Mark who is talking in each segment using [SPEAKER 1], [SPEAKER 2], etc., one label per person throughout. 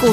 [SPEAKER 1] 股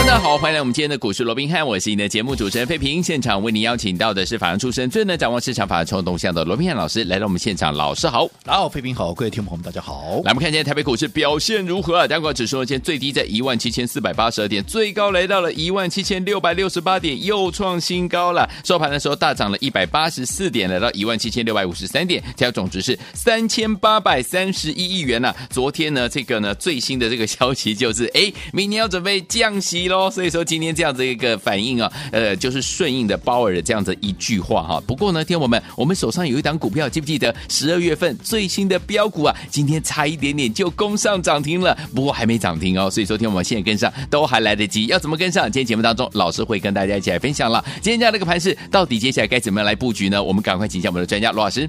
[SPEAKER 2] 大家好，欢迎来我们今天的股市罗宾汉，我是你的节目主持人费平。现场为您邀请到的是法案出身、最能掌握市场法案冲动向的罗宾汉老师，来到我们现场。老师好，
[SPEAKER 3] 然后，哦费平好，各位听众朋友们，大家好。
[SPEAKER 2] 来我们看今天台北股市表现如何啊？加权指数呢今天最低在一万七千四百八十二点，最高来到了一万七千六百六十八点，又创新高了。收盘的时候大涨了一百八十四点，来到一万七千六百五十三点，加总值是三千八百三十一亿元呢、啊昨天呢，这个呢最新的这个消息就是，哎，明年要准备降息喽。哦，所以说今天这样子一个反应啊，呃，就是顺应的鲍尔的这样子一句话哈、不过呢，听我们，我们手上有一档股票，记不记得十二月份最新的标股啊？今天差一点点就攻上涨停了，不过还没涨停哦。所以说听我们现在跟上都还来得及，要怎么跟上？今天节目当中老师会跟大家一起来分享了。今天这样的一个盘势，到底接下来该怎么样来布局呢？我们赶快请一下我们的专家罗老师。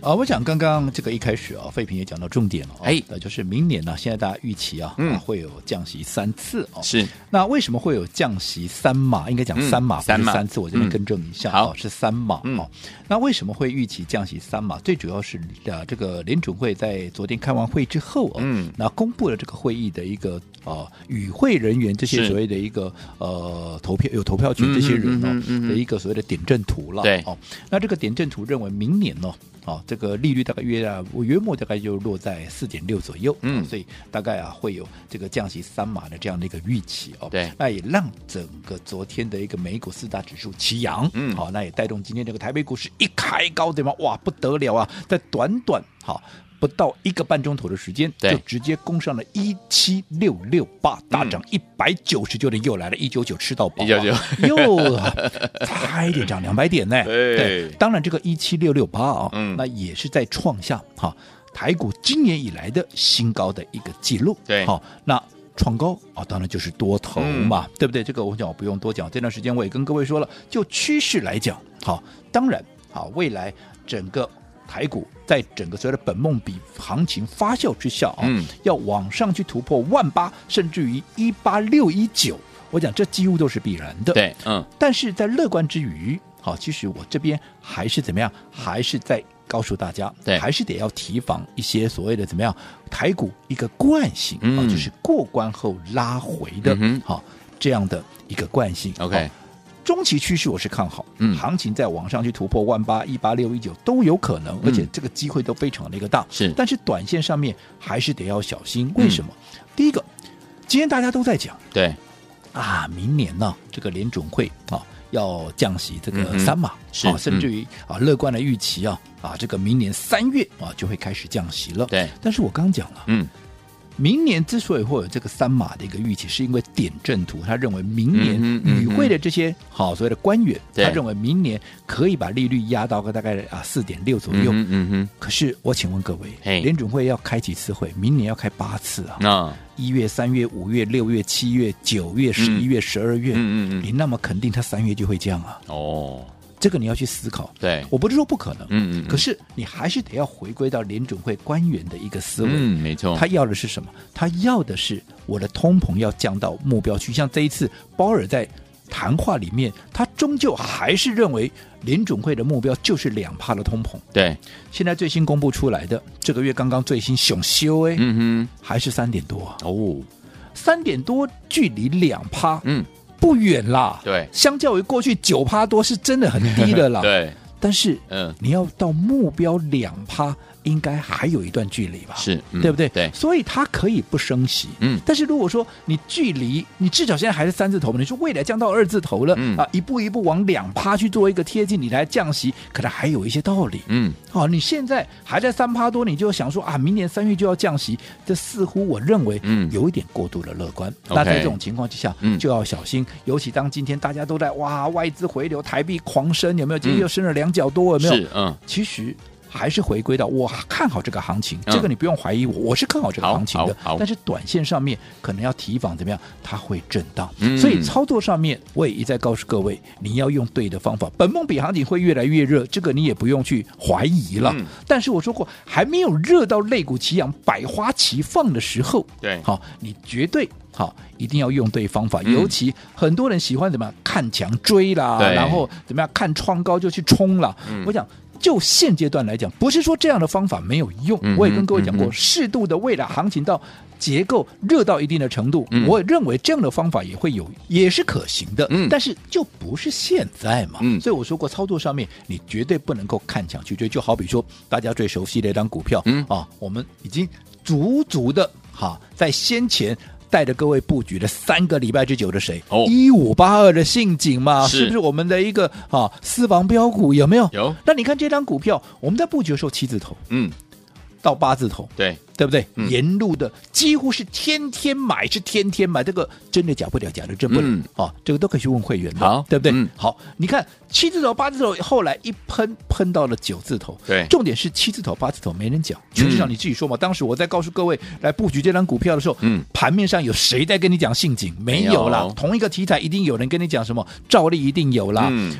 [SPEAKER 3] 啊，我想刚刚这个一开始啊，费平也讲到重点了、哦，
[SPEAKER 2] 哎
[SPEAKER 3] 那就是明年呢、现在大家预期啊，
[SPEAKER 2] 嗯
[SPEAKER 3] 啊会有降息三次哦。
[SPEAKER 2] 是，
[SPEAKER 3] 那为什么会有降息三码？应该讲
[SPEAKER 2] 嗯
[SPEAKER 3] 三码，不是
[SPEAKER 2] 三码
[SPEAKER 3] 三次，我这边
[SPEAKER 2] 嗯
[SPEAKER 3] 更正一下，
[SPEAKER 2] 好
[SPEAKER 3] 哦，是三码、
[SPEAKER 2] 嗯
[SPEAKER 3] 哦。那为什么会预期降息三码？最主要是呃，这个联准会在昨天开完会之后哦，
[SPEAKER 2] 嗯
[SPEAKER 3] 那公布了这个会议的一个呃与会人员这些
[SPEAKER 2] 是
[SPEAKER 3] 所谓的一个呃投票有投票权这些人哦、
[SPEAKER 2] 嗯哼嗯哼嗯哼
[SPEAKER 3] 的一个所谓的点阵图了，
[SPEAKER 2] 对
[SPEAKER 3] 哦。那这个点阵图认为明年呢、哦。这个利率大概约啊，约莫大概就落在四点六左右，
[SPEAKER 2] 嗯
[SPEAKER 3] 哦所以大概啊会有这个降息三码的这样的一个预期哦，
[SPEAKER 2] 对
[SPEAKER 3] 那也让整个昨天的一个美股四大指数齐扬，哦
[SPEAKER 2] 嗯
[SPEAKER 3] 好、那也带动今天这个台北股市一开高，对吗？哇，不得了啊，在短短好。不到一个半钟头的时间，
[SPEAKER 2] 对
[SPEAKER 3] 就直接攻上了一七六六八，大
[SPEAKER 2] 嗯
[SPEAKER 3] 涨一百九十九点，又来了，一九九吃到饱、啊，
[SPEAKER 2] 199
[SPEAKER 3] 又啊差一点涨两百点 呢、
[SPEAKER 2] 对
[SPEAKER 3] 当然这个一七六六八啊，
[SPEAKER 2] 嗯
[SPEAKER 3] 那也是在创下哈、台股今年以来的新高的一个记录。
[SPEAKER 2] 对
[SPEAKER 3] 好、那。创高啊、当然就是多头
[SPEAKER 2] 嗯
[SPEAKER 3] 嘛，对不对？这个我想我不用多讲。这段时间我也跟各位说了，就趋势来讲，好，当然，好，未来整个台股在整个所谓的本梦比行情发酵之下啊、
[SPEAKER 2] 嗯
[SPEAKER 3] 要往上去突破万八，甚至于一八六一九，我讲这几乎都是必然的。
[SPEAKER 2] 对，嗯，
[SPEAKER 3] 但是在乐观之余，好，其实我这边还是怎么样，还是在告诉大家，
[SPEAKER 2] 对
[SPEAKER 3] 还是得要提防一些所谓的怎么样，台股一个惯性，
[SPEAKER 2] 嗯
[SPEAKER 3] 啊就是过关后拉回的
[SPEAKER 2] 嗯，哼
[SPEAKER 3] 好、这样的一个惯性。
[SPEAKER 2] OK
[SPEAKER 3] 好中期趋势我是看好，
[SPEAKER 2] 嗯
[SPEAKER 3] 行情在往上去突破万八、一八六、一九都有可能，而且这个机会都非常的一个大。
[SPEAKER 2] 嗯是嗯
[SPEAKER 3] 但是短线上面还是得要小心。为什么？第一个，今天大家都在讲。
[SPEAKER 2] 对，
[SPEAKER 3] 啊，明年呢、这个联准会啊要降息这
[SPEAKER 2] 嗯
[SPEAKER 3] 个
[SPEAKER 2] 哼
[SPEAKER 3] 三码，
[SPEAKER 2] 是嗯
[SPEAKER 3] 啊，甚至于啊乐观的预期啊啊，这个明年三月啊就会开始降息了。
[SPEAKER 2] 对，
[SPEAKER 3] 但是我刚讲了，
[SPEAKER 2] 嗯，
[SPEAKER 3] 明年之所以会有这个三码的一个预期，是因为点阵图他认为明
[SPEAKER 2] 嗯
[SPEAKER 3] 年
[SPEAKER 2] 哼
[SPEAKER 3] 与会的这些好所谓的官员，
[SPEAKER 2] 对
[SPEAKER 3] 他认为明年可以把利率压到个大概啊四点六左右。
[SPEAKER 2] 嗯哼嗯哼，
[SPEAKER 3] 可是我请问各位
[SPEAKER 2] 嘿，嗯
[SPEAKER 3] 联准会要开几次会？明年要开八次啊。
[SPEAKER 2] 那
[SPEAKER 3] 一月、三月、五月、六月、七月、九月、十一月、十二月，
[SPEAKER 2] 嗯嗯嗯
[SPEAKER 3] 你那么肯定它三月就会降啊？
[SPEAKER 2] 哦，
[SPEAKER 3] 这个你要去思考。
[SPEAKER 2] 对，
[SPEAKER 3] 我不是说不可能，
[SPEAKER 2] 嗯嗯嗯
[SPEAKER 3] 可是你还是得要回归到联准会官员的一个思维。
[SPEAKER 2] 嗯，没错，
[SPEAKER 3] 他要的是什么？他要的是我的通膨要降到目标区。像这一次鲍尔在谈话里面，他终究还是认为联准会的目标就是两帕的通膨。
[SPEAKER 2] 对，
[SPEAKER 3] 现在最新公布出来的，这个月刚刚最新熊修哎，
[SPEAKER 2] 嗯
[SPEAKER 3] 还是三点多啊。
[SPEAKER 2] 哼，哦，
[SPEAKER 3] 三点多距离两趴
[SPEAKER 2] 嗯，
[SPEAKER 3] 不远啦，
[SPEAKER 2] 对
[SPEAKER 3] 相较于过去九趴多是真的很低的 啦。，
[SPEAKER 2] 对，
[SPEAKER 3] 但是呃
[SPEAKER 2] 嗯，
[SPEAKER 3] 你要到目标两趴，应该还有一段距离吧？
[SPEAKER 2] 是嗯
[SPEAKER 3] 对不对？
[SPEAKER 2] 对
[SPEAKER 3] 所以它可以不升息。
[SPEAKER 2] 嗯
[SPEAKER 3] 但是如果说你距离你至少现在还是三字头嘛，你说未来降到二字头了、
[SPEAKER 2] 嗯
[SPEAKER 3] 啊，一步一步往两趴去做一个贴近，你来降息，可能还有一些道理。
[SPEAKER 2] 嗯，
[SPEAKER 3] 哦，你现在还在三趴多，你就想说啊，明年三月就要降息，这似乎我认为
[SPEAKER 2] 嗯
[SPEAKER 3] 有一点过度的乐观。
[SPEAKER 2] OK
[SPEAKER 3] 那在这种情况之下，
[SPEAKER 2] 嗯
[SPEAKER 3] 就要小心，尤其当今天大家都在哇外资回流，台币狂升，有没有？今天
[SPEAKER 2] 嗯
[SPEAKER 3] 又升了两角多，有没有？
[SPEAKER 2] 是，嗯，
[SPEAKER 3] 其实还是回归到我看好这个行情，
[SPEAKER 2] 嗯
[SPEAKER 3] 这个你不用怀疑我，我是看好这个
[SPEAKER 2] 好
[SPEAKER 3] 行情的
[SPEAKER 2] 好好。
[SPEAKER 3] 但是短线上面可能要提防怎么样，它会震荡
[SPEAKER 2] 嗯。
[SPEAKER 3] 所以操作上面我也一再告诉各位，你要用对的方法。本梦比行情会越来越热，这个你也不用去怀疑了
[SPEAKER 2] 嗯。
[SPEAKER 3] 但是我说过，还没有热到肋骨齐扬、百花齐放的时候，
[SPEAKER 2] 对
[SPEAKER 3] 好，你绝对好，一定要用对方法。
[SPEAKER 2] 嗯
[SPEAKER 3] 尤其很多人喜欢怎么样看强追啦，
[SPEAKER 2] 对
[SPEAKER 3] 然后怎么样看创高就去冲啦。
[SPEAKER 2] 嗯
[SPEAKER 3] 我想。就现阶段来讲，不是说这样的方法没有用，
[SPEAKER 2] 嗯哼
[SPEAKER 3] 我也跟各位讲过，
[SPEAKER 2] 嗯哼
[SPEAKER 3] 适度的未来行情到结构热到一定的程度，
[SPEAKER 2] 嗯
[SPEAKER 3] 我也认为这样的方法也会有，也是可行的，
[SPEAKER 2] 嗯
[SPEAKER 3] 但是就不是现在嘛，
[SPEAKER 2] 嗯
[SPEAKER 3] 所以我说过，操作上面你绝对不能够看强去追，就好比说大家最熟悉的一张股票，
[SPEAKER 2] 嗯
[SPEAKER 3] 啊，我们已经足足的哈、在先前。带着各位布局了三个礼拜之久的谁
[SPEAKER 2] 哦？
[SPEAKER 3] 一五八二的信锦嘛，
[SPEAKER 2] 是
[SPEAKER 3] 是不是我们的一个啊私房标股？有没有？
[SPEAKER 2] 有
[SPEAKER 3] 那你看这张股票，我们在布局的时候七字头
[SPEAKER 2] 嗯，
[SPEAKER 3] 到八字头，
[SPEAKER 2] 对，
[SPEAKER 3] 对不对？
[SPEAKER 2] 嗯
[SPEAKER 3] 沿路的几乎是天天买，是天天买，这个真的假不了，假的真不了、
[SPEAKER 2] 嗯
[SPEAKER 3] 啊！这个都可以去问会员的，
[SPEAKER 2] 好
[SPEAKER 3] 对不对？
[SPEAKER 2] 嗯
[SPEAKER 3] 好，你看七字头、八字头，后来一喷喷到了九字头，
[SPEAKER 2] 对
[SPEAKER 3] 重点是七字头、八字头没人讲，全市场
[SPEAKER 2] 嗯
[SPEAKER 3] 你自己说嘛。当时我在告诉各位来布局这张股票的时候，
[SPEAKER 2] 嗯
[SPEAKER 3] 盘面上有谁在跟你讲信景？没有啦
[SPEAKER 2] 没有，
[SPEAKER 3] 同一个题材一定有人跟你讲什么，照例一定有啦，
[SPEAKER 2] 嗯，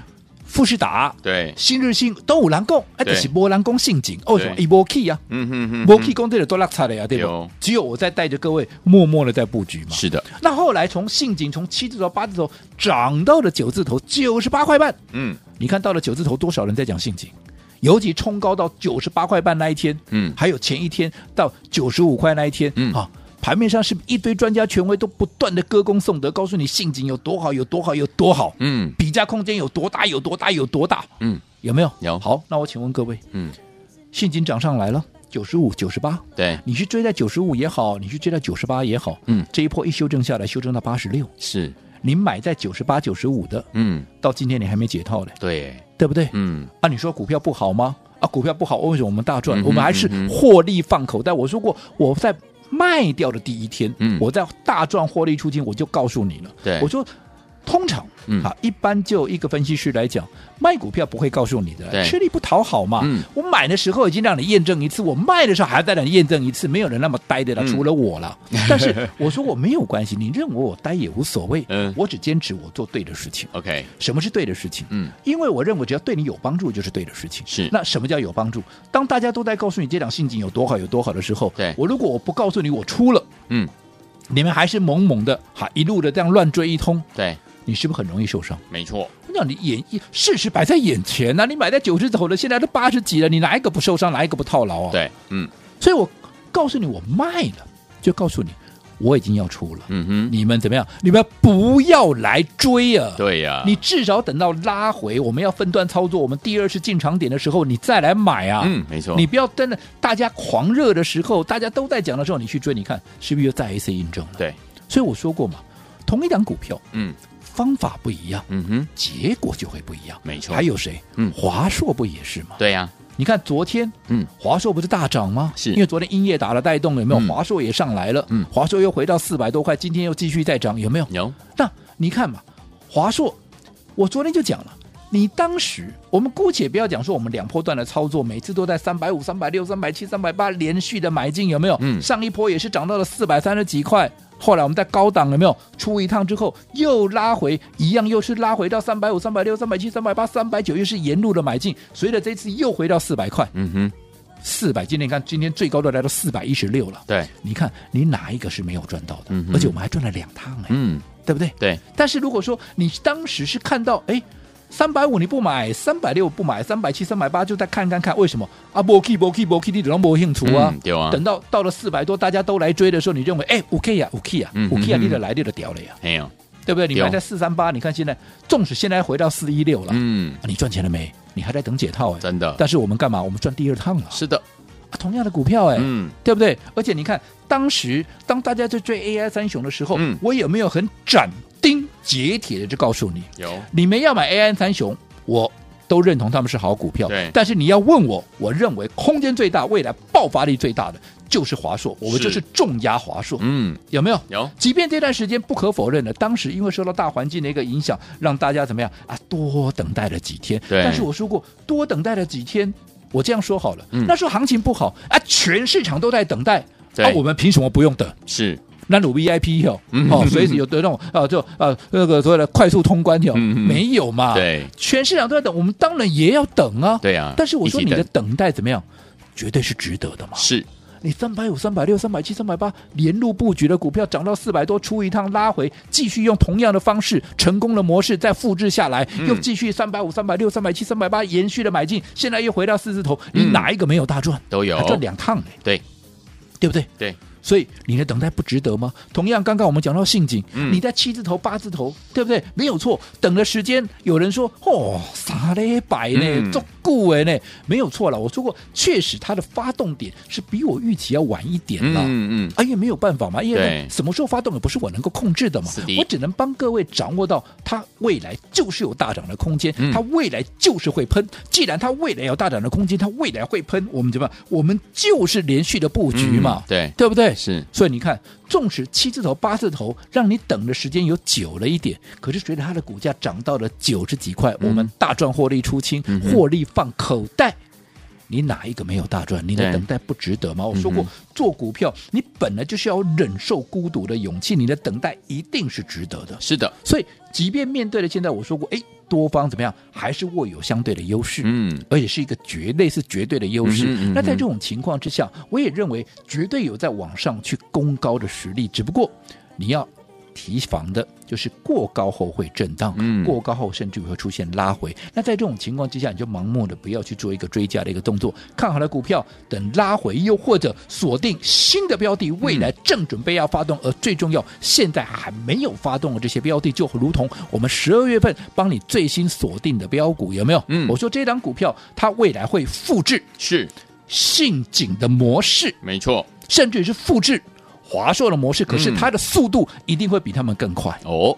[SPEAKER 3] 富士达。
[SPEAKER 2] 对，
[SPEAKER 3] 新日新都有人讲，哎，
[SPEAKER 2] 对
[SPEAKER 3] 这是波兰讲信景，哦，
[SPEAKER 2] 对
[SPEAKER 3] 什么一波 key 啊，
[SPEAKER 2] 嗯哼哼
[SPEAKER 3] 摩 key 公队的都落差了呀，对
[SPEAKER 2] 有
[SPEAKER 3] 不？只有我在带着各位默默的在布局嘛。
[SPEAKER 2] 是的，
[SPEAKER 3] 那后来从信锦从七字头、八字头涨到了九字头，九十八块半。
[SPEAKER 2] 嗯
[SPEAKER 3] 你看到了九字头，多少人在讲信锦？尤其冲高到九十八块半那一天，
[SPEAKER 2] 嗯，
[SPEAKER 3] 还有前一天到九十五块那一天，
[SPEAKER 2] 嗯
[SPEAKER 3] 啊，盘面上是一堆专家权威都不断的歌功颂德，告诉你信锦有多好，有多好，有多好，
[SPEAKER 2] 嗯
[SPEAKER 3] 比价空间有多大，有多大，有多大，
[SPEAKER 2] 嗯，
[SPEAKER 3] 有没有？
[SPEAKER 2] 有
[SPEAKER 3] 好，那我请问各位，
[SPEAKER 2] 嗯，
[SPEAKER 3] 信锦涨上来了，九十五、九十八，
[SPEAKER 2] 对，
[SPEAKER 3] 你是追在九十五也好，你是追在九十八也好，
[SPEAKER 2] 嗯
[SPEAKER 3] 这一波一修正下来，修正到八十六，
[SPEAKER 2] 是，
[SPEAKER 3] 你买在九十八、九十五的，
[SPEAKER 2] 嗯，
[SPEAKER 3] 到今天你还没解套嘞，
[SPEAKER 2] 对，
[SPEAKER 3] 对不对？
[SPEAKER 2] 嗯
[SPEAKER 3] 啊，你说股票不好吗？啊，股票不好，为什么我们大赚？
[SPEAKER 2] 嗯哼
[SPEAKER 3] 我们还是
[SPEAKER 2] 嗯哼
[SPEAKER 3] 获利放口袋。我说过，我在卖掉的第一天，
[SPEAKER 2] 嗯
[SPEAKER 3] 我在大赚获利出金，我就告诉你了。
[SPEAKER 2] 对
[SPEAKER 3] 我说。通常，
[SPEAKER 2] 嗯
[SPEAKER 3] 啊，一般就一个分析师来讲，卖股票不会告诉你
[SPEAKER 2] 对
[SPEAKER 3] 的，吃力不讨好嘛。
[SPEAKER 2] 嗯
[SPEAKER 3] 我买的时候已经让你验证一次，我卖的时候还要再让你验证一次，没有人那么呆的了，
[SPEAKER 2] 嗯
[SPEAKER 3] 除了 我了。但是我说我没有关系，你认为我呆也无所谓，
[SPEAKER 2] 嗯
[SPEAKER 3] 我只坚持我做对的事情。
[SPEAKER 2] ，OK，
[SPEAKER 3] 什么是对的事情？
[SPEAKER 2] 嗯，
[SPEAKER 3] 因为我认为只要对你有帮助就是对的事情。
[SPEAKER 2] 是
[SPEAKER 3] 那什么叫有帮助？当大家都在告诉你这档陷阱有多好有多好的时候，
[SPEAKER 2] 对
[SPEAKER 3] 我如果我不告诉你我出了，
[SPEAKER 2] 嗯，
[SPEAKER 3] 你们还是猛猛的哈一路的这样乱追一通，
[SPEAKER 2] 对，
[SPEAKER 3] 你是不是很容易受伤？
[SPEAKER 2] 没错，
[SPEAKER 3] 那你眼一事实摆在眼前呐、你买在九十走的，现在都八十几了，你哪一个不受伤，哪一个不套牢啊？，
[SPEAKER 2] 对，嗯
[SPEAKER 3] 所以我告诉你我卖了，就告诉你我已经要出了，
[SPEAKER 2] 嗯哼，
[SPEAKER 3] 你们怎么样？你们不要来追啊！
[SPEAKER 2] 对呀，
[SPEAKER 3] 你至少等到拉回，我们要分段操作，我们第二次进场点的时候，你再来买啊。
[SPEAKER 2] 嗯，没错，
[SPEAKER 3] 你不要真的大家狂热的时候，大家都在讲的时候，你去追，你看是不是又再一次印证了？
[SPEAKER 2] 对，
[SPEAKER 3] 所以我说过嘛，同一档股票
[SPEAKER 2] 嗯
[SPEAKER 3] 方法不一样，
[SPEAKER 2] 嗯哼，
[SPEAKER 3] 结果就会不一样。
[SPEAKER 2] 没错
[SPEAKER 3] 还有谁？
[SPEAKER 2] 嗯
[SPEAKER 3] 华硕不也是吗？
[SPEAKER 2] 对呀，
[SPEAKER 3] 你看昨天，
[SPEAKER 2] 嗯，
[SPEAKER 3] 华硕不是大涨吗？
[SPEAKER 2] 是
[SPEAKER 3] 因为昨天英业达的带动，有没有？
[SPEAKER 2] 嗯
[SPEAKER 3] 华硕也上来了，
[SPEAKER 2] 嗯
[SPEAKER 3] 华硕又回到四百多块，今天又继续再涨，有没有？
[SPEAKER 2] 有，
[SPEAKER 3] 那你看嘛，华硕，我昨天就讲了。你当时，我们姑且不要讲说我们两波段的操作，每次都在三百五、三百六、三百七、三百八连续的买进，有没有？
[SPEAKER 2] 嗯
[SPEAKER 3] 上一波也是涨到了四百三十几块，后来我们在高档有没有出一趟之后又拉回，一样又是拉回到三百五、三百六、三百七、三百八、三百九，又是沿路的买进，随着这次又回到四百块，
[SPEAKER 2] 嗯哼，
[SPEAKER 3] 四百，今天你看今天最高的来到四百一十六了。
[SPEAKER 2] 对，
[SPEAKER 3] 你看你哪一个是没有赚到的？
[SPEAKER 2] 嗯哼
[SPEAKER 3] 而且我们还赚了两趟哎、
[SPEAKER 2] 嗯
[SPEAKER 3] 对不对？
[SPEAKER 2] 对，
[SPEAKER 3] 但是如果说你当时是看到，哎，三百五你不买，三百六不买，三百七、三百八就再看看看，为什么啊？不 key 不 key 不 key，你怎么没兴趣啊
[SPEAKER 2] 嗯？对啊
[SPEAKER 3] 等到到了四百多，大家都来追的时候，你认为，哎，五 K 呀，五 K 呀
[SPEAKER 2] 嗯，
[SPEAKER 3] 五 K 呀，
[SPEAKER 2] 嗯
[SPEAKER 3] 你的来，你的屌了呀，
[SPEAKER 2] 没有，
[SPEAKER 3] 对不对？你
[SPEAKER 2] 对
[SPEAKER 3] 买在四三八，你看现在，纵使现在回到四一六了，
[SPEAKER 2] 嗯，
[SPEAKER 3] 啊你赚钱了没？你还在等解套哎。
[SPEAKER 2] 真的，
[SPEAKER 3] 但是我们干嘛？我们赚第二趟了。
[SPEAKER 2] 是的，
[SPEAKER 3] 啊同样的股票哎，
[SPEAKER 2] 嗯，
[SPEAKER 3] 对不对？而且你看，当时当大家在追 AI 三雄的时候，
[SPEAKER 2] 嗯
[SPEAKER 3] 我有没有很斩钉截铁的就告诉你，
[SPEAKER 2] 有，
[SPEAKER 3] 你们要买 AI 三雄，我都认同他们是好股票
[SPEAKER 2] 对，
[SPEAKER 3] 但是你要问我，我认为空间最大、未来爆发力最大的就是华硕，我们
[SPEAKER 2] 是
[SPEAKER 3] 就是重压华硕，
[SPEAKER 2] 嗯，
[SPEAKER 3] 有没有？
[SPEAKER 2] 有，
[SPEAKER 3] 即便这段时间不可否认的，当时因为受到大环境的一个影响，让大家怎么样啊？多等待了几天。
[SPEAKER 2] 对
[SPEAKER 3] 但是我说过，多等待了几天，我这样说好了，
[SPEAKER 2] 嗯
[SPEAKER 3] 那时候行情不好啊，全市场都在等待，
[SPEAKER 2] 对
[SPEAKER 3] 啊，我们凭什么不用等？
[SPEAKER 2] 是
[SPEAKER 3] 那种 VIP 哦，
[SPEAKER 2] 嗯
[SPEAKER 3] 哦，所以有的那种啊，就啊那个所谓的快速通关哦，
[SPEAKER 2] 嗯嗯
[SPEAKER 3] 没有嘛，
[SPEAKER 2] 对
[SPEAKER 3] 全市场都在等，我们当然也要等啊，
[SPEAKER 2] 对啊
[SPEAKER 3] 但是我说
[SPEAKER 2] 一起
[SPEAKER 3] 你
[SPEAKER 2] 等
[SPEAKER 3] 的等待怎么样，绝对是值得的嘛，
[SPEAKER 2] 是，
[SPEAKER 3] 你三百五、三百六、三百七、三百八连路布局的股票涨到四百多，出一趟拉回，继续用同样的方式，成功的模式再复制下来，
[SPEAKER 2] 嗯
[SPEAKER 3] 又继续三百五、三百六、三百七、三百八延续的买进，现在又回到四字头，你
[SPEAKER 2] 嗯
[SPEAKER 3] 哪一个没有大赚？
[SPEAKER 2] 都有
[SPEAKER 3] 还赚两趟呢，
[SPEAKER 2] 对
[SPEAKER 3] 对不对？
[SPEAKER 2] 对，
[SPEAKER 3] 所以你的等待不值得吗？同样，刚刚我们讲到信景，
[SPEAKER 2] 嗯
[SPEAKER 3] 你在七字头、八字头，对不对？没有错，等的时间，有人说哦，啥嘞百
[SPEAKER 2] 嗯
[SPEAKER 3] 呢，做固哎呢，没有错了。我说过，确实它的发动点是比我预期要晚一点了。
[SPEAKER 2] 嗯嗯
[SPEAKER 3] 啊，因为没有办法嘛，因
[SPEAKER 2] 对
[SPEAKER 3] 为什么时候发动也不是我能够控制的嘛
[SPEAKER 2] 是的，
[SPEAKER 3] 我只能帮各位掌握到它未来就是有大涨的空间，
[SPEAKER 2] 嗯
[SPEAKER 3] 它未来就是会喷。既然它未来有大涨的空间，它未来会喷，我们怎么办？我们就是连续的布局嘛，哎
[SPEAKER 2] 嗯对
[SPEAKER 3] 对不对？
[SPEAKER 2] 是
[SPEAKER 3] 所以你看，纵使七字头、八字头，让你等的时间有久了一点，可是随着它的股价涨到了九十几块，
[SPEAKER 2] 嗯
[SPEAKER 3] 我们大赚获利出清，
[SPEAKER 2] 嗯哼
[SPEAKER 3] 获利放口袋。你哪一个没有大赚？你的
[SPEAKER 2] 对
[SPEAKER 3] 等待不值得吗？我说过，
[SPEAKER 2] 嗯
[SPEAKER 3] 做股票你本来就是要忍受孤独的勇气，你的等待一定是值得的。
[SPEAKER 2] 是的，
[SPEAKER 3] 所以，即便面对了现在我说过，哎，多方怎么样，还是握有相对的优势。
[SPEAKER 2] 嗯
[SPEAKER 3] 而且是一个绝类似绝对的优势。
[SPEAKER 2] 嗯哼嗯哼
[SPEAKER 3] 那在这种情况之下，我也认为绝对有在往上去攻高的实力，只不过你要。提防的就是过高后会震荡，
[SPEAKER 2] 嗯
[SPEAKER 3] 过高后甚至会出现拉回。那在这种情况之下，你就盲目的不要去做一个追加的一个动作，看好了股票，等拉回，又或者锁定新的标的，未来正准备要发动，而最重要，现在还没有发动的这些标的，就如同我们十二月份帮你最新锁定的标股，有没有？
[SPEAKER 2] 嗯
[SPEAKER 3] 我说这档股票它未来会复制
[SPEAKER 2] 是
[SPEAKER 3] 信景的模式，
[SPEAKER 2] 没错
[SPEAKER 3] 甚至于是复制华硕的模式，可是
[SPEAKER 2] 嗯
[SPEAKER 3] 它的速度一定会比他们更快，
[SPEAKER 2] 哦，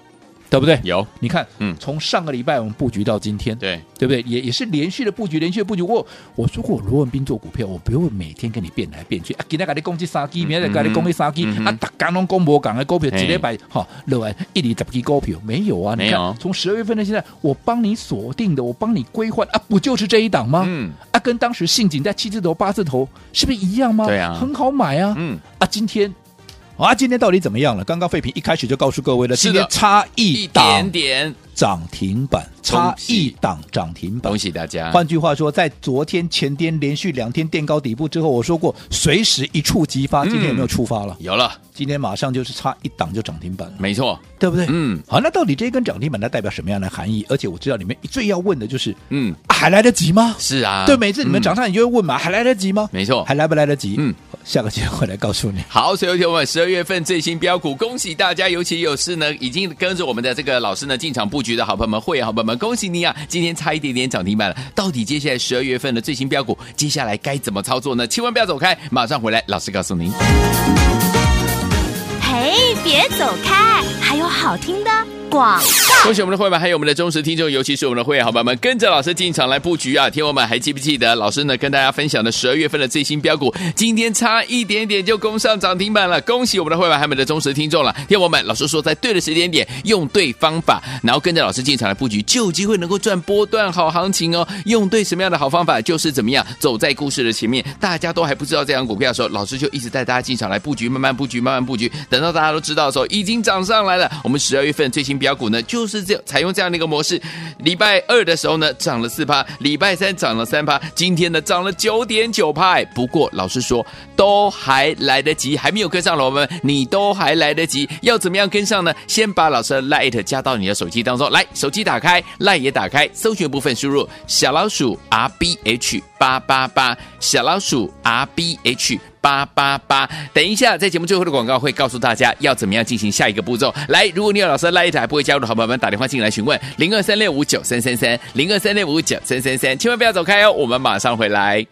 [SPEAKER 3] 对不对？
[SPEAKER 2] 有
[SPEAKER 3] 你看，
[SPEAKER 2] 嗯
[SPEAKER 3] 从上个礼拜我们布局到今天，
[SPEAKER 2] 对
[SPEAKER 3] 对不对？也也是连续的布局，连续的布局。我我说过，罗文斌做股票，我不会每天跟你变来变去。啊，今天给你攻击三支，明天给你攻击三支，
[SPEAKER 2] 嗯哼
[SPEAKER 3] 啊，大刚拢攻无讲的股票，
[SPEAKER 2] 嘿
[SPEAKER 3] 一礼拜哈，落来一里十支股票没有啊？
[SPEAKER 2] 没
[SPEAKER 3] 你
[SPEAKER 2] 有
[SPEAKER 3] 看，从十二月份到现在，我帮你锁定的，我帮你规划啊，不就是这一档吗？
[SPEAKER 2] 嗯
[SPEAKER 3] 啊，跟当时信锦在七字头、八字头是不是一样吗？
[SPEAKER 2] 对啊
[SPEAKER 3] 很好买啊。
[SPEAKER 2] 嗯
[SPEAKER 3] 啊，今天。啊，今天到底怎么样了？刚刚废品一开始就告诉各位了，
[SPEAKER 2] 是的
[SPEAKER 3] 今天差一
[SPEAKER 2] 一
[SPEAKER 3] 档
[SPEAKER 2] 点点，
[SPEAKER 3] 涨停板，差
[SPEAKER 2] 恭喜
[SPEAKER 3] 一档涨停板
[SPEAKER 2] 恭。喜大家，
[SPEAKER 3] 换句话说，在昨天、前天连续两天垫高底部之后，我说过随时一触即发。
[SPEAKER 2] 嗯
[SPEAKER 3] 今天有没有触发了？
[SPEAKER 2] 有了，
[SPEAKER 3] 今天马上就是差一档就涨停板了，
[SPEAKER 2] 没错，
[SPEAKER 3] 对不对？
[SPEAKER 2] 嗯
[SPEAKER 3] 好，那到底这一根涨停板它代表什么样的含义？而且我知道你们最要问的就是、
[SPEAKER 2] 嗯
[SPEAKER 3] 啊还来得及吗？
[SPEAKER 2] 是啊，
[SPEAKER 3] 对，每次你们涨
[SPEAKER 2] 嗯，
[SPEAKER 3] 上你就会问嘛，还来得及吗？
[SPEAKER 2] 没错
[SPEAKER 3] 还来不来得及？
[SPEAKER 2] 嗯，
[SPEAKER 3] 下个节目我来告诉你。
[SPEAKER 2] 好，所以有听我们十二月份最新标股，恭喜大家！尤其有是呢，已经跟着我们的这个老师呢进场布局的好朋友们、会员好朋友们，恭喜你啊！今天差一点点涨停板了，到底接下来十二月份的最新标股，接下来该怎么操作呢？千万不要走开，马上回来，老师告诉您。
[SPEAKER 1] 嘿，别走开，还有好听的广。
[SPEAKER 2] 恭喜我们的会员，还有我们的忠实听众，尤其是我们的会员好朋友们，跟着老师进场来布局啊！听友们还记不记得老师呢跟大家分享的十二月份的最新标股，今天差一点点就攻上涨停板了，恭喜我们的会员还有我们的忠实听众了！听友们，老师说在对的时间点，用对方法，然后跟着老师进场来布局，就有机会能够赚波段好行情哦。用对什么样的好方法，就是怎么样走在故事的前面。大家都还不知道这样股票的时候，老师就一直带大家进场来布局，慢慢布局，慢慢布局。等到大家都知道的时候，已经涨上来了。我们十二月份最新标股呢，就是这采用这样的一个模式。礼拜二的时候呢，涨了四趴；礼拜三涨了三趴；今天呢，涨了九点九趴。哎不过老师说，都还来得及，还没有跟上老们，你都还来得及。要怎么样跟上呢？先把老师的 Light 加到你的手机当中来，手机打开，Light 也打开，搜寻部分输入小老鼠 R B H 八八八，小老鼠 R B H。八八八。等一下，在节目最后的广告会告诉大家要怎么样进行下一个步骤。来，如果你有老师拉一台不会加入的好朋友们，打电话进来询问零二三六五九三三三零二三六五九三三三，千万不要走开哦，我们马上回来。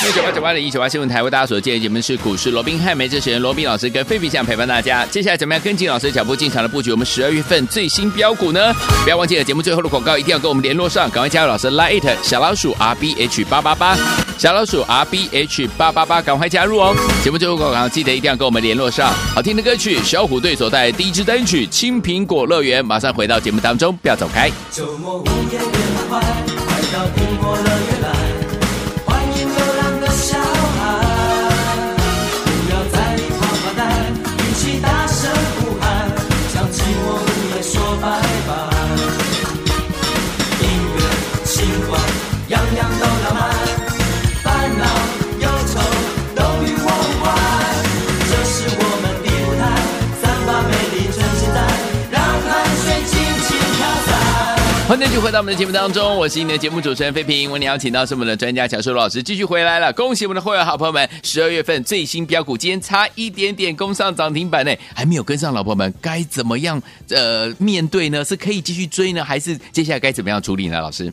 [SPEAKER 2] 六九八九八零一九八新闻台为大家所见的节目是股市罗宾汉梅这时人罗宾老师跟费比酱陪伴大家。接下来怎么样跟进老师的脚步进场的布局？我们十二月份最新标股呢？不要忘记了节目最后的广告，一定要跟我们联络上，赶快加入老师 Lite 小老鼠 R B H 八八八，小老鼠 R B H 八八八，赶快加入哦！节目最后广告记得一定要跟我们联络上。好听的歌曲，小虎队所带来第一支单曲《青苹果乐园》，马上回到节目当中，不要走开。
[SPEAKER 4] 周末午夜乐欢，快到苹果乐园来，欢音乐、星光，样样都浪漫，烦恼、忧愁都与我无关。这是我们的舞台，散发美丽真情在，让汗水轻轻飘散。
[SPEAKER 2] 欢迎继续回到我们的节目当中，我是你的节目主持人费平。为你邀请到是我们的专家乔硕老师继续回来了，恭喜我们的会员好朋友们，十二月份最新标股今天差一点点攻上涨停板呢，哎还没有跟上，老婆们该怎么样呃面对呢？是可以继续追呢，还是接下来该怎么样处理呢？老师，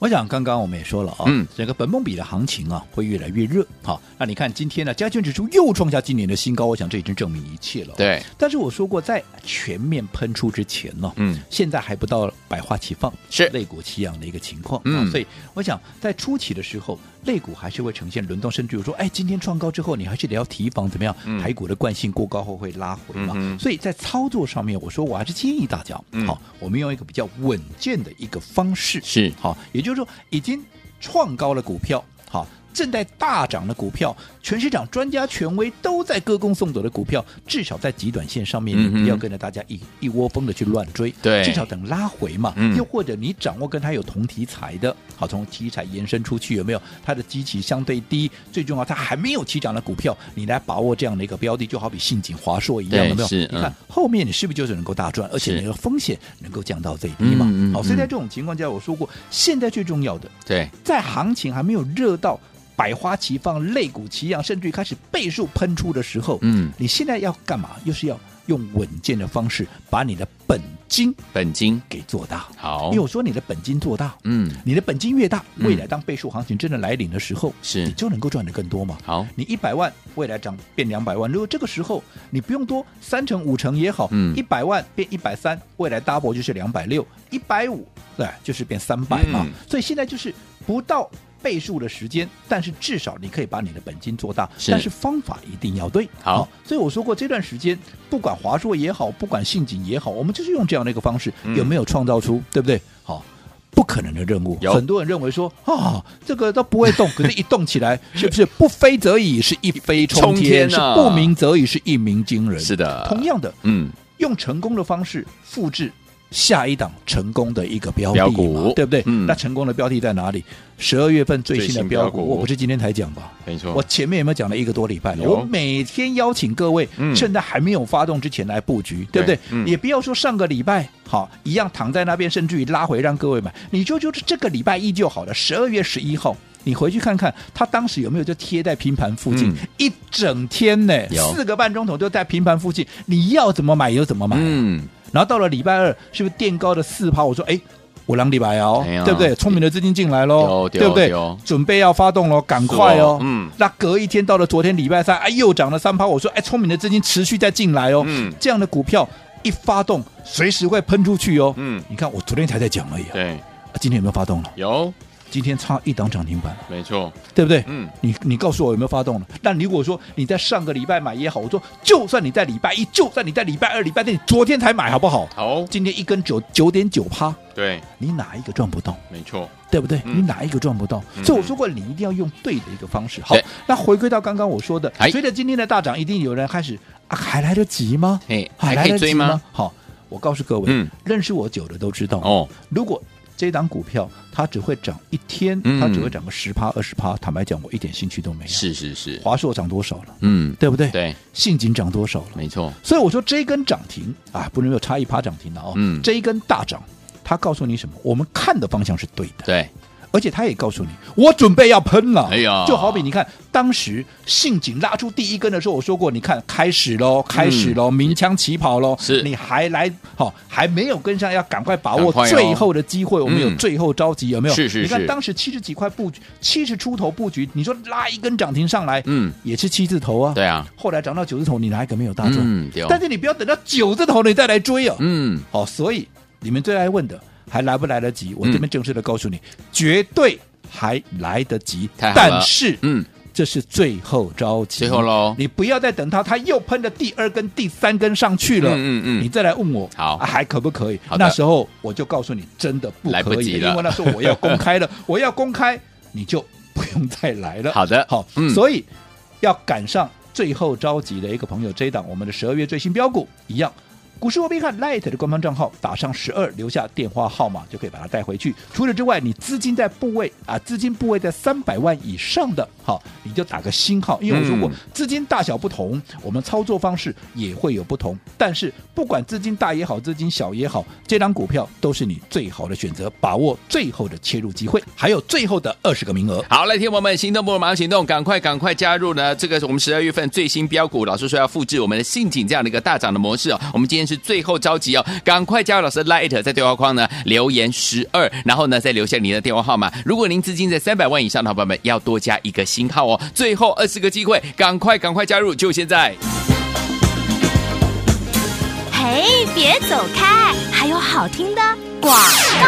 [SPEAKER 3] 我想刚刚我们也说了啊，
[SPEAKER 2] 嗯
[SPEAKER 3] 整个本梦比的行情啊会越来越热。好，那你看今天呢，加权指数又创下今年的新高，我想这已经证明一切了。，啊
[SPEAKER 2] 对，
[SPEAKER 3] 但是我说过，在全面喷出之前呢、
[SPEAKER 2] 嗯，
[SPEAKER 3] 现在还不到百花齐放，
[SPEAKER 2] 是
[SPEAKER 3] 肋骨齐扬的一个情况。
[SPEAKER 2] 嗯
[SPEAKER 3] 啊，所以我想在初期的时候，肋骨还是会呈现轮动，甚至有说，哎，今天创高之后，你还是得要提防怎么样？台股的惯性过高后会拉回嘛。
[SPEAKER 2] 嗯嗯哼
[SPEAKER 3] 所以在操作上面，我说我还是建议大家，
[SPEAKER 2] 嗯
[SPEAKER 3] 好，我们用一个比较稳健的一个方式，
[SPEAKER 2] 是
[SPEAKER 3] 好，也就是说已经创高了股票，好。正在大涨的股票，全市场专家权威都在歌功颂德的股票，至少在极短线上面，
[SPEAKER 2] 嗯哼
[SPEAKER 3] 你不要跟着大家一一窝蜂的去乱追，
[SPEAKER 2] 对
[SPEAKER 3] 至少等拉回嘛，
[SPEAKER 2] 嗯
[SPEAKER 3] 又或者你掌握跟它有同题材的，好，从题材延伸出去有没有？它的基期相对低，最重要它还没有起涨的股票，你来把握这样的一个标的，就好比信锦华硕一样，
[SPEAKER 2] 对
[SPEAKER 3] 有没有？
[SPEAKER 2] 是
[SPEAKER 3] 你
[SPEAKER 2] 嗯
[SPEAKER 3] 看后面你是不是就是能够大赚，而且
[SPEAKER 2] 是
[SPEAKER 3] 你的风险能够降到最低嘛？
[SPEAKER 2] 嗯嗯
[SPEAKER 3] 好，所以在
[SPEAKER 2] 嗯
[SPEAKER 3] 这种情况下，我说过，现在最重要的，
[SPEAKER 2] 对，
[SPEAKER 3] 在行情还没有热到百花齐放、肋骨齐扬，甚至于开始倍数喷出的时候，
[SPEAKER 2] 嗯，
[SPEAKER 3] 你现在要干嘛？又是要用稳健的方式把你的本金
[SPEAKER 2] 本金
[SPEAKER 3] 给做大。
[SPEAKER 2] 好
[SPEAKER 3] 因为，我说你的本金做大，
[SPEAKER 2] 嗯，
[SPEAKER 3] 你的本金越大，
[SPEAKER 2] 嗯
[SPEAKER 3] 未来当倍数行情真的来临的时候，
[SPEAKER 2] 是
[SPEAKER 3] 你就能够赚得更多嘛。
[SPEAKER 2] 好，
[SPEAKER 3] 你一百万未来涨变两百万，如果这个时候你不用多三成五成也好，
[SPEAKER 2] 嗯
[SPEAKER 3] 一百万变一百三，未来 double 就是两百六，一百五对，就是变三百嘛。
[SPEAKER 2] 嗯
[SPEAKER 3] 所以现在就是不到。倍数的时间，但是至少你可以把你的本金做大，
[SPEAKER 2] 是
[SPEAKER 3] 但是方法一定要对。
[SPEAKER 2] 好
[SPEAKER 3] 所以我说过这段时间，不管华硕也好，不管信锦也好，我们就是用这样的一个方式，
[SPEAKER 2] 嗯
[SPEAKER 3] 有没有创造出，对不对？好。不可能的任务，
[SPEAKER 2] 有
[SPEAKER 3] 很多人认为说啊，这个都不会 动，可是一动起来，是不是不飞则已，是一飞冲
[SPEAKER 2] 冲天
[SPEAKER 3] 天；
[SPEAKER 2] 啊
[SPEAKER 3] 是不鸣则已，是一鸣惊人。
[SPEAKER 2] 是的
[SPEAKER 3] 同样的，
[SPEAKER 2] 嗯，
[SPEAKER 3] 用成功的方式复制下一档成功的一个标
[SPEAKER 2] 标
[SPEAKER 3] 的
[SPEAKER 2] 股
[SPEAKER 3] 嘛，对不对？
[SPEAKER 2] 嗯
[SPEAKER 3] 那成功的标的在哪里？十二月份最
[SPEAKER 2] 最
[SPEAKER 3] 新的
[SPEAKER 2] 新
[SPEAKER 3] 标
[SPEAKER 2] 标
[SPEAKER 3] 股，
[SPEAKER 2] 股
[SPEAKER 3] 我不是今天才讲吧？
[SPEAKER 2] 没错，
[SPEAKER 3] 我前面有没有讲了一个多礼拜了？
[SPEAKER 2] 有
[SPEAKER 3] 我每天邀请各位
[SPEAKER 2] 嗯，
[SPEAKER 3] 趁在还没有发动之前来布局，对不对
[SPEAKER 2] 对？嗯
[SPEAKER 3] 也不要说上个礼拜好一样躺在那边，甚至于拉回让各位买，你就就是这个礼拜一就好了。十二月十一号，你回去看看，它当时有没有就贴在平盘附近、
[SPEAKER 2] 嗯
[SPEAKER 3] 一整天呢？
[SPEAKER 2] 有
[SPEAKER 3] 四个半钟头就在平盘附近，你要怎么买就怎么买。
[SPEAKER 2] 嗯，
[SPEAKER 3] 然后到了礼拜二，是不是垫高的四趴？我说，哎。我让礼拜哦
[SPEAKER 2] 哎呀，
[SPEAKER 3] 对不对？聪明的资金进来喽，
[SPEAKER 2] 对
[SPEAKER 3] 对不对
[SPEAKER 2] 对哦？
[SPEAKER 3] 准备要发动喽，赶快
[SPEAKER 2] 是哦
[SPEAKER 3] 哦。
[SPEAKER 2] 嗯
[SPEAKER 3] 那隔一天到了昨天礼拜三，哎，又涨了三趴。我说，哎，聪明的资金持续在进来哦。
[SPEAKER 2] 嗯
[SPEAKER 3] 这样的股票一发动，随时会喷出去哦。
[SPEAKER 2] 嗯
[SPEAKER 3] 你看我昨天才在讲而已、啊，
[SPEAKER 2] 对，
[SPEAKER 3] 啊今天有没有发动了？
[SPEAKER 2] 有，
[SPEAKER 3] 今天差一档涨停板了，
[SPEAKER 2] 没错，
[SPEAKER 3] 对不对？
[SPEAKER 2] 嗯，
[SPEAKER 3] 你你告诉我有没有发动了？但如果说你在上个礼拜买也好，我说就算你在礼拜一，就算你在礼拜二、礼拜天，你昨天才买好不好？
[SPEAKER 2] 好，
[SPEAKER 3] 今天一根九九点九趴，
[SPEAKER 2] 对，
[SPEAKER 3] 你哪一个赚不到？
[SPEAKER 2] 没错，
[SPEAKER 3] 对不对？
[SPEAKER 2] 嗯
[SPEAKER 3] 你哪一个赚不到？
[SPEAKER 2] 嗯
[SPEAKER 3] 所以我说过，你一定要用对的一个方式。好
[SPEAKER 2] 对，
[SPEAKER 3] 那回归到刚刚我说的
[SPEAKER 2] 哎，
[SPEAKER 3] 随着今天的大涨，一定有人开始啊，还来得及吗？
[SPEAKER 2] 嘿，
[SPEAKER 3] 还
[SPEAKER 2] 还
[SPEAKER 3] 来
[SPEAKER 2] 可以
[SPEAKER 3] 得及
[SPEAKER 2] 追吗？？
[SPEAKER 3] 好，我告诉各位，
[SPEAKER 2] 嗯
[SPEAKER 3] 认识我久的都知道，
[SPEAKER 2] 哦，
[SPEAKER 3] 如果这档股票它只会涨一天，
[SPEAKER 2] 嗯
[SPEAKER 3] 它只会涨个十趴二十趴，坦白讲，我一点兴趣都没有。
[SPEAKER 2] 是是是，
[SPEAKER 3] 华硕涨多少了？
[SPEAKER 2] 嗯，
[SPEAKER 3] 对不对？，
[SPEAKER 2] 对，
[SPEAKER 3] 信锦涨多少了？
[SPEAKER 2] 没错，
[SPEAKER 3] 所以我说这一根涨停啊，不能有差一趴涨停了哦。
[SPEAKER 2] 嗯
[SPEAKER 3] 这一根大涨，它告诉你什么？我们看的方向是对的，
[SPEAKER 2] 对，
[SPEAKER 3] 而且它也告诉你，我准备要喷了。
[SPEAKER 2] 哎呀
[SPEAKER 3] 就好比你看，当时信锦拉出第一根的时候，我说过，你看开始喽，开始喽，鸣枪起跑喽。
[SPEAKER 2] 嗯是
[SPEAKER 3] 你还来好、还没有跟上，要赶快把握
[SPEAKER 2] 赶快哦
[SPEAKER 3] 最后的机会。我们有
[SPEAKER 2] 嗯
[SPEAKER 3] 最后着急，有没有？
[SPEAKER 2] 是是
[SPEAKER 3] 你看
[SPEAKER 2] 是
[SPEAKER 3] 当时七十几块布局，七十出头布局，你说拉一根涨停上来，
[SPEAKER 2] 嗯，
[SPEAKER 3] 也是七字头啊。
[SPEAKER 2] 对啊，
[SPEAKER 3] 后来涨到九字头，你哪一个没有大赚？
[SPEAKER 2] 嗯，对哦，
[SPEAKER 3] 但是你不要等到九字头了你再来追哦。
[SPEAKER 2] 嗯，
[SPEAKER 3] 好、所以你们最爱问的还来不来得及？我这边正式的告诉你，绝对还来得及。
[SPEAKER 2] 太好了
[SPEAKER 3] 但是，
[SPEAKER 2] 嗯，
[SPEAKER 3] 这是最后着急，
[SPEAKER 2] 最后喽
[SPEAKER 3] 你不要再等它，它又喷了第二根、第三根上去了，
[SPEAKER 2] 嗯嗯嗯
[SPEAKER 3] 你再来问我，
[SPEAKER 2] 好
[SPEAKER 3] 啊还可不可以
[SPEAKER 2] 好？的
[SPEAKER 3] 那时候我就告诉你，真的不
[SPEAKER 2] 来不
[SPEAKER 3] 可
[SPEAKER 2] 及
[SPEAKER 3] 以，
[SPEAKER 2] 了
[SPEAKER 3] 因为那时候我要公开了，我要公开，你就不用再来 了。
[SPEAKER 2] 好的
[SPEAKER 3] 好，
[SPEAKER 2] 嗯
[SPEAKER 3] 所以要赶上最后着急的一个朋友，这一档我们的十二月最新标股一样。股市罗宾汉 Light 的官方账号打上十二，留下电话号码就可以把它带回去。除此之外，你资金在部位啊，资金部位在三百万以上的，好，你就打个星号，因为我说过
[SPEAKER 2] 嗯
[SPEAKER 3] 资金大小不同，我们操作方式也会有不同。但是不管资金大也好，资金小也好，这张股票都是你最好的选择，把握最后的切入机会，还有最后的二十个名额。
[SPEAKER 2] 好，来，听我们心动不如马上行动，赶快赶快加入呢！这个是我们十二月份最新标股，老师说要复制我们的信锦这样的一个大涨的模式哦。我们今天是最后召集哦，赶快加入老师的 Light，在对话框呢留言十二，然后呢再留下您的电话号码。如果您资金在三百万以上的好朋友们，要多加一个星号哦。最后二十个机会，赶快赶快加入，就现在！
[SPEAKER 1] 嘿，别走开，还有好听的广。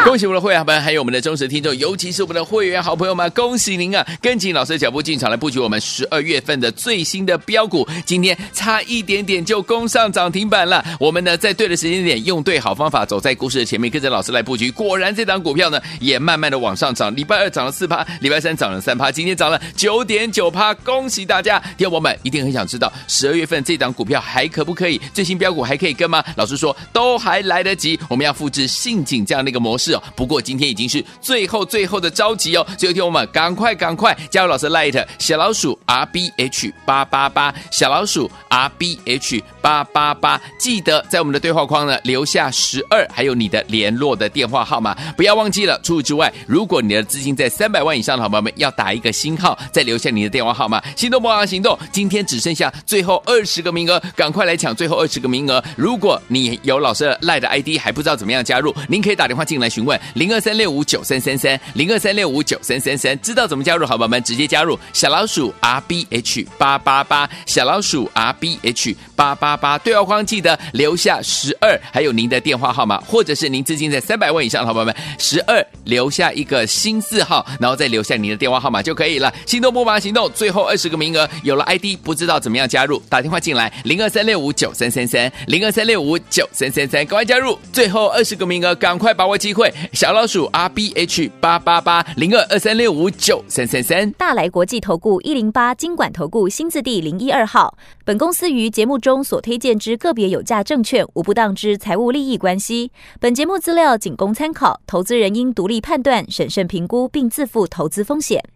[SPEAKER 2] 恭喜我们的会员好朋友们，还有我们的忠实听众，尤其是我们的会员好朋友们，恭喜您啊！跟紧老师的脚步进场来布局我们十二月份的最新的标股，今天差一点点就攻上涨停板了。我们呢在对的时间点，用对好方法，走在故事的前面，跟着老师来布局。果然这档股票呢也慢慢的往上涨，礼拜二涨了四趴，礼拜三涨了三趴，今天涨了九点九趴，恭喜大家！听众朋友们一定很想知道十二月份这档股票还可不可以，最新标股还可以跟吗？老师说都还来得及，我们要复制信锦这样的一个模式哦。不过今天已经是最后最后的召集哦，所以听我们赶快赶快加入老师 Light 小老鼠 R B H 八八八小老鼠 R B H 八八八，记得在我们的对话框呢留下十二，还有你的联络的电话号码，不要忘记了。除此之外，如果你的资金在三百万以上的好朋友们，要打一个星号，再留下你的电话号码。心动不忙行动，今天只剩下最后二十个名额，赶快来抢最后二十个名额。如果你有老师的赖的 ID 还不知道怎么样加入，您可以打电话进来询问零二三六五九三三三零二三六五九三三三，知道怎么加入好朋友们直接加入小老鼠 R B H 八八八小老鼠 R B H 八八八对话框记得留下十二，还有您的电话号码，或者是您资金在三百万以上的好朋友们十二留下一个新字号，然后再留下您的电话号码就可以了。心动不忙行动，最后二十个名额，有了 ID 不知道怎么样加入，打电话进来零二三六五九三三三零二三六五九三三三，赶快加入，最后二十个名额，赶快把握机会。小老鼠 R B H 八八八零二二三六五九三三三。
[SPEAKER 5] 大来国际投顾一零八金管投顾新字第零一二号。本公司于节目中所推荐之个别有价证券，无不当之财务利益关系。本节目资料仅供参考，投资人应独立判断、审慎评估，并自负投资风险。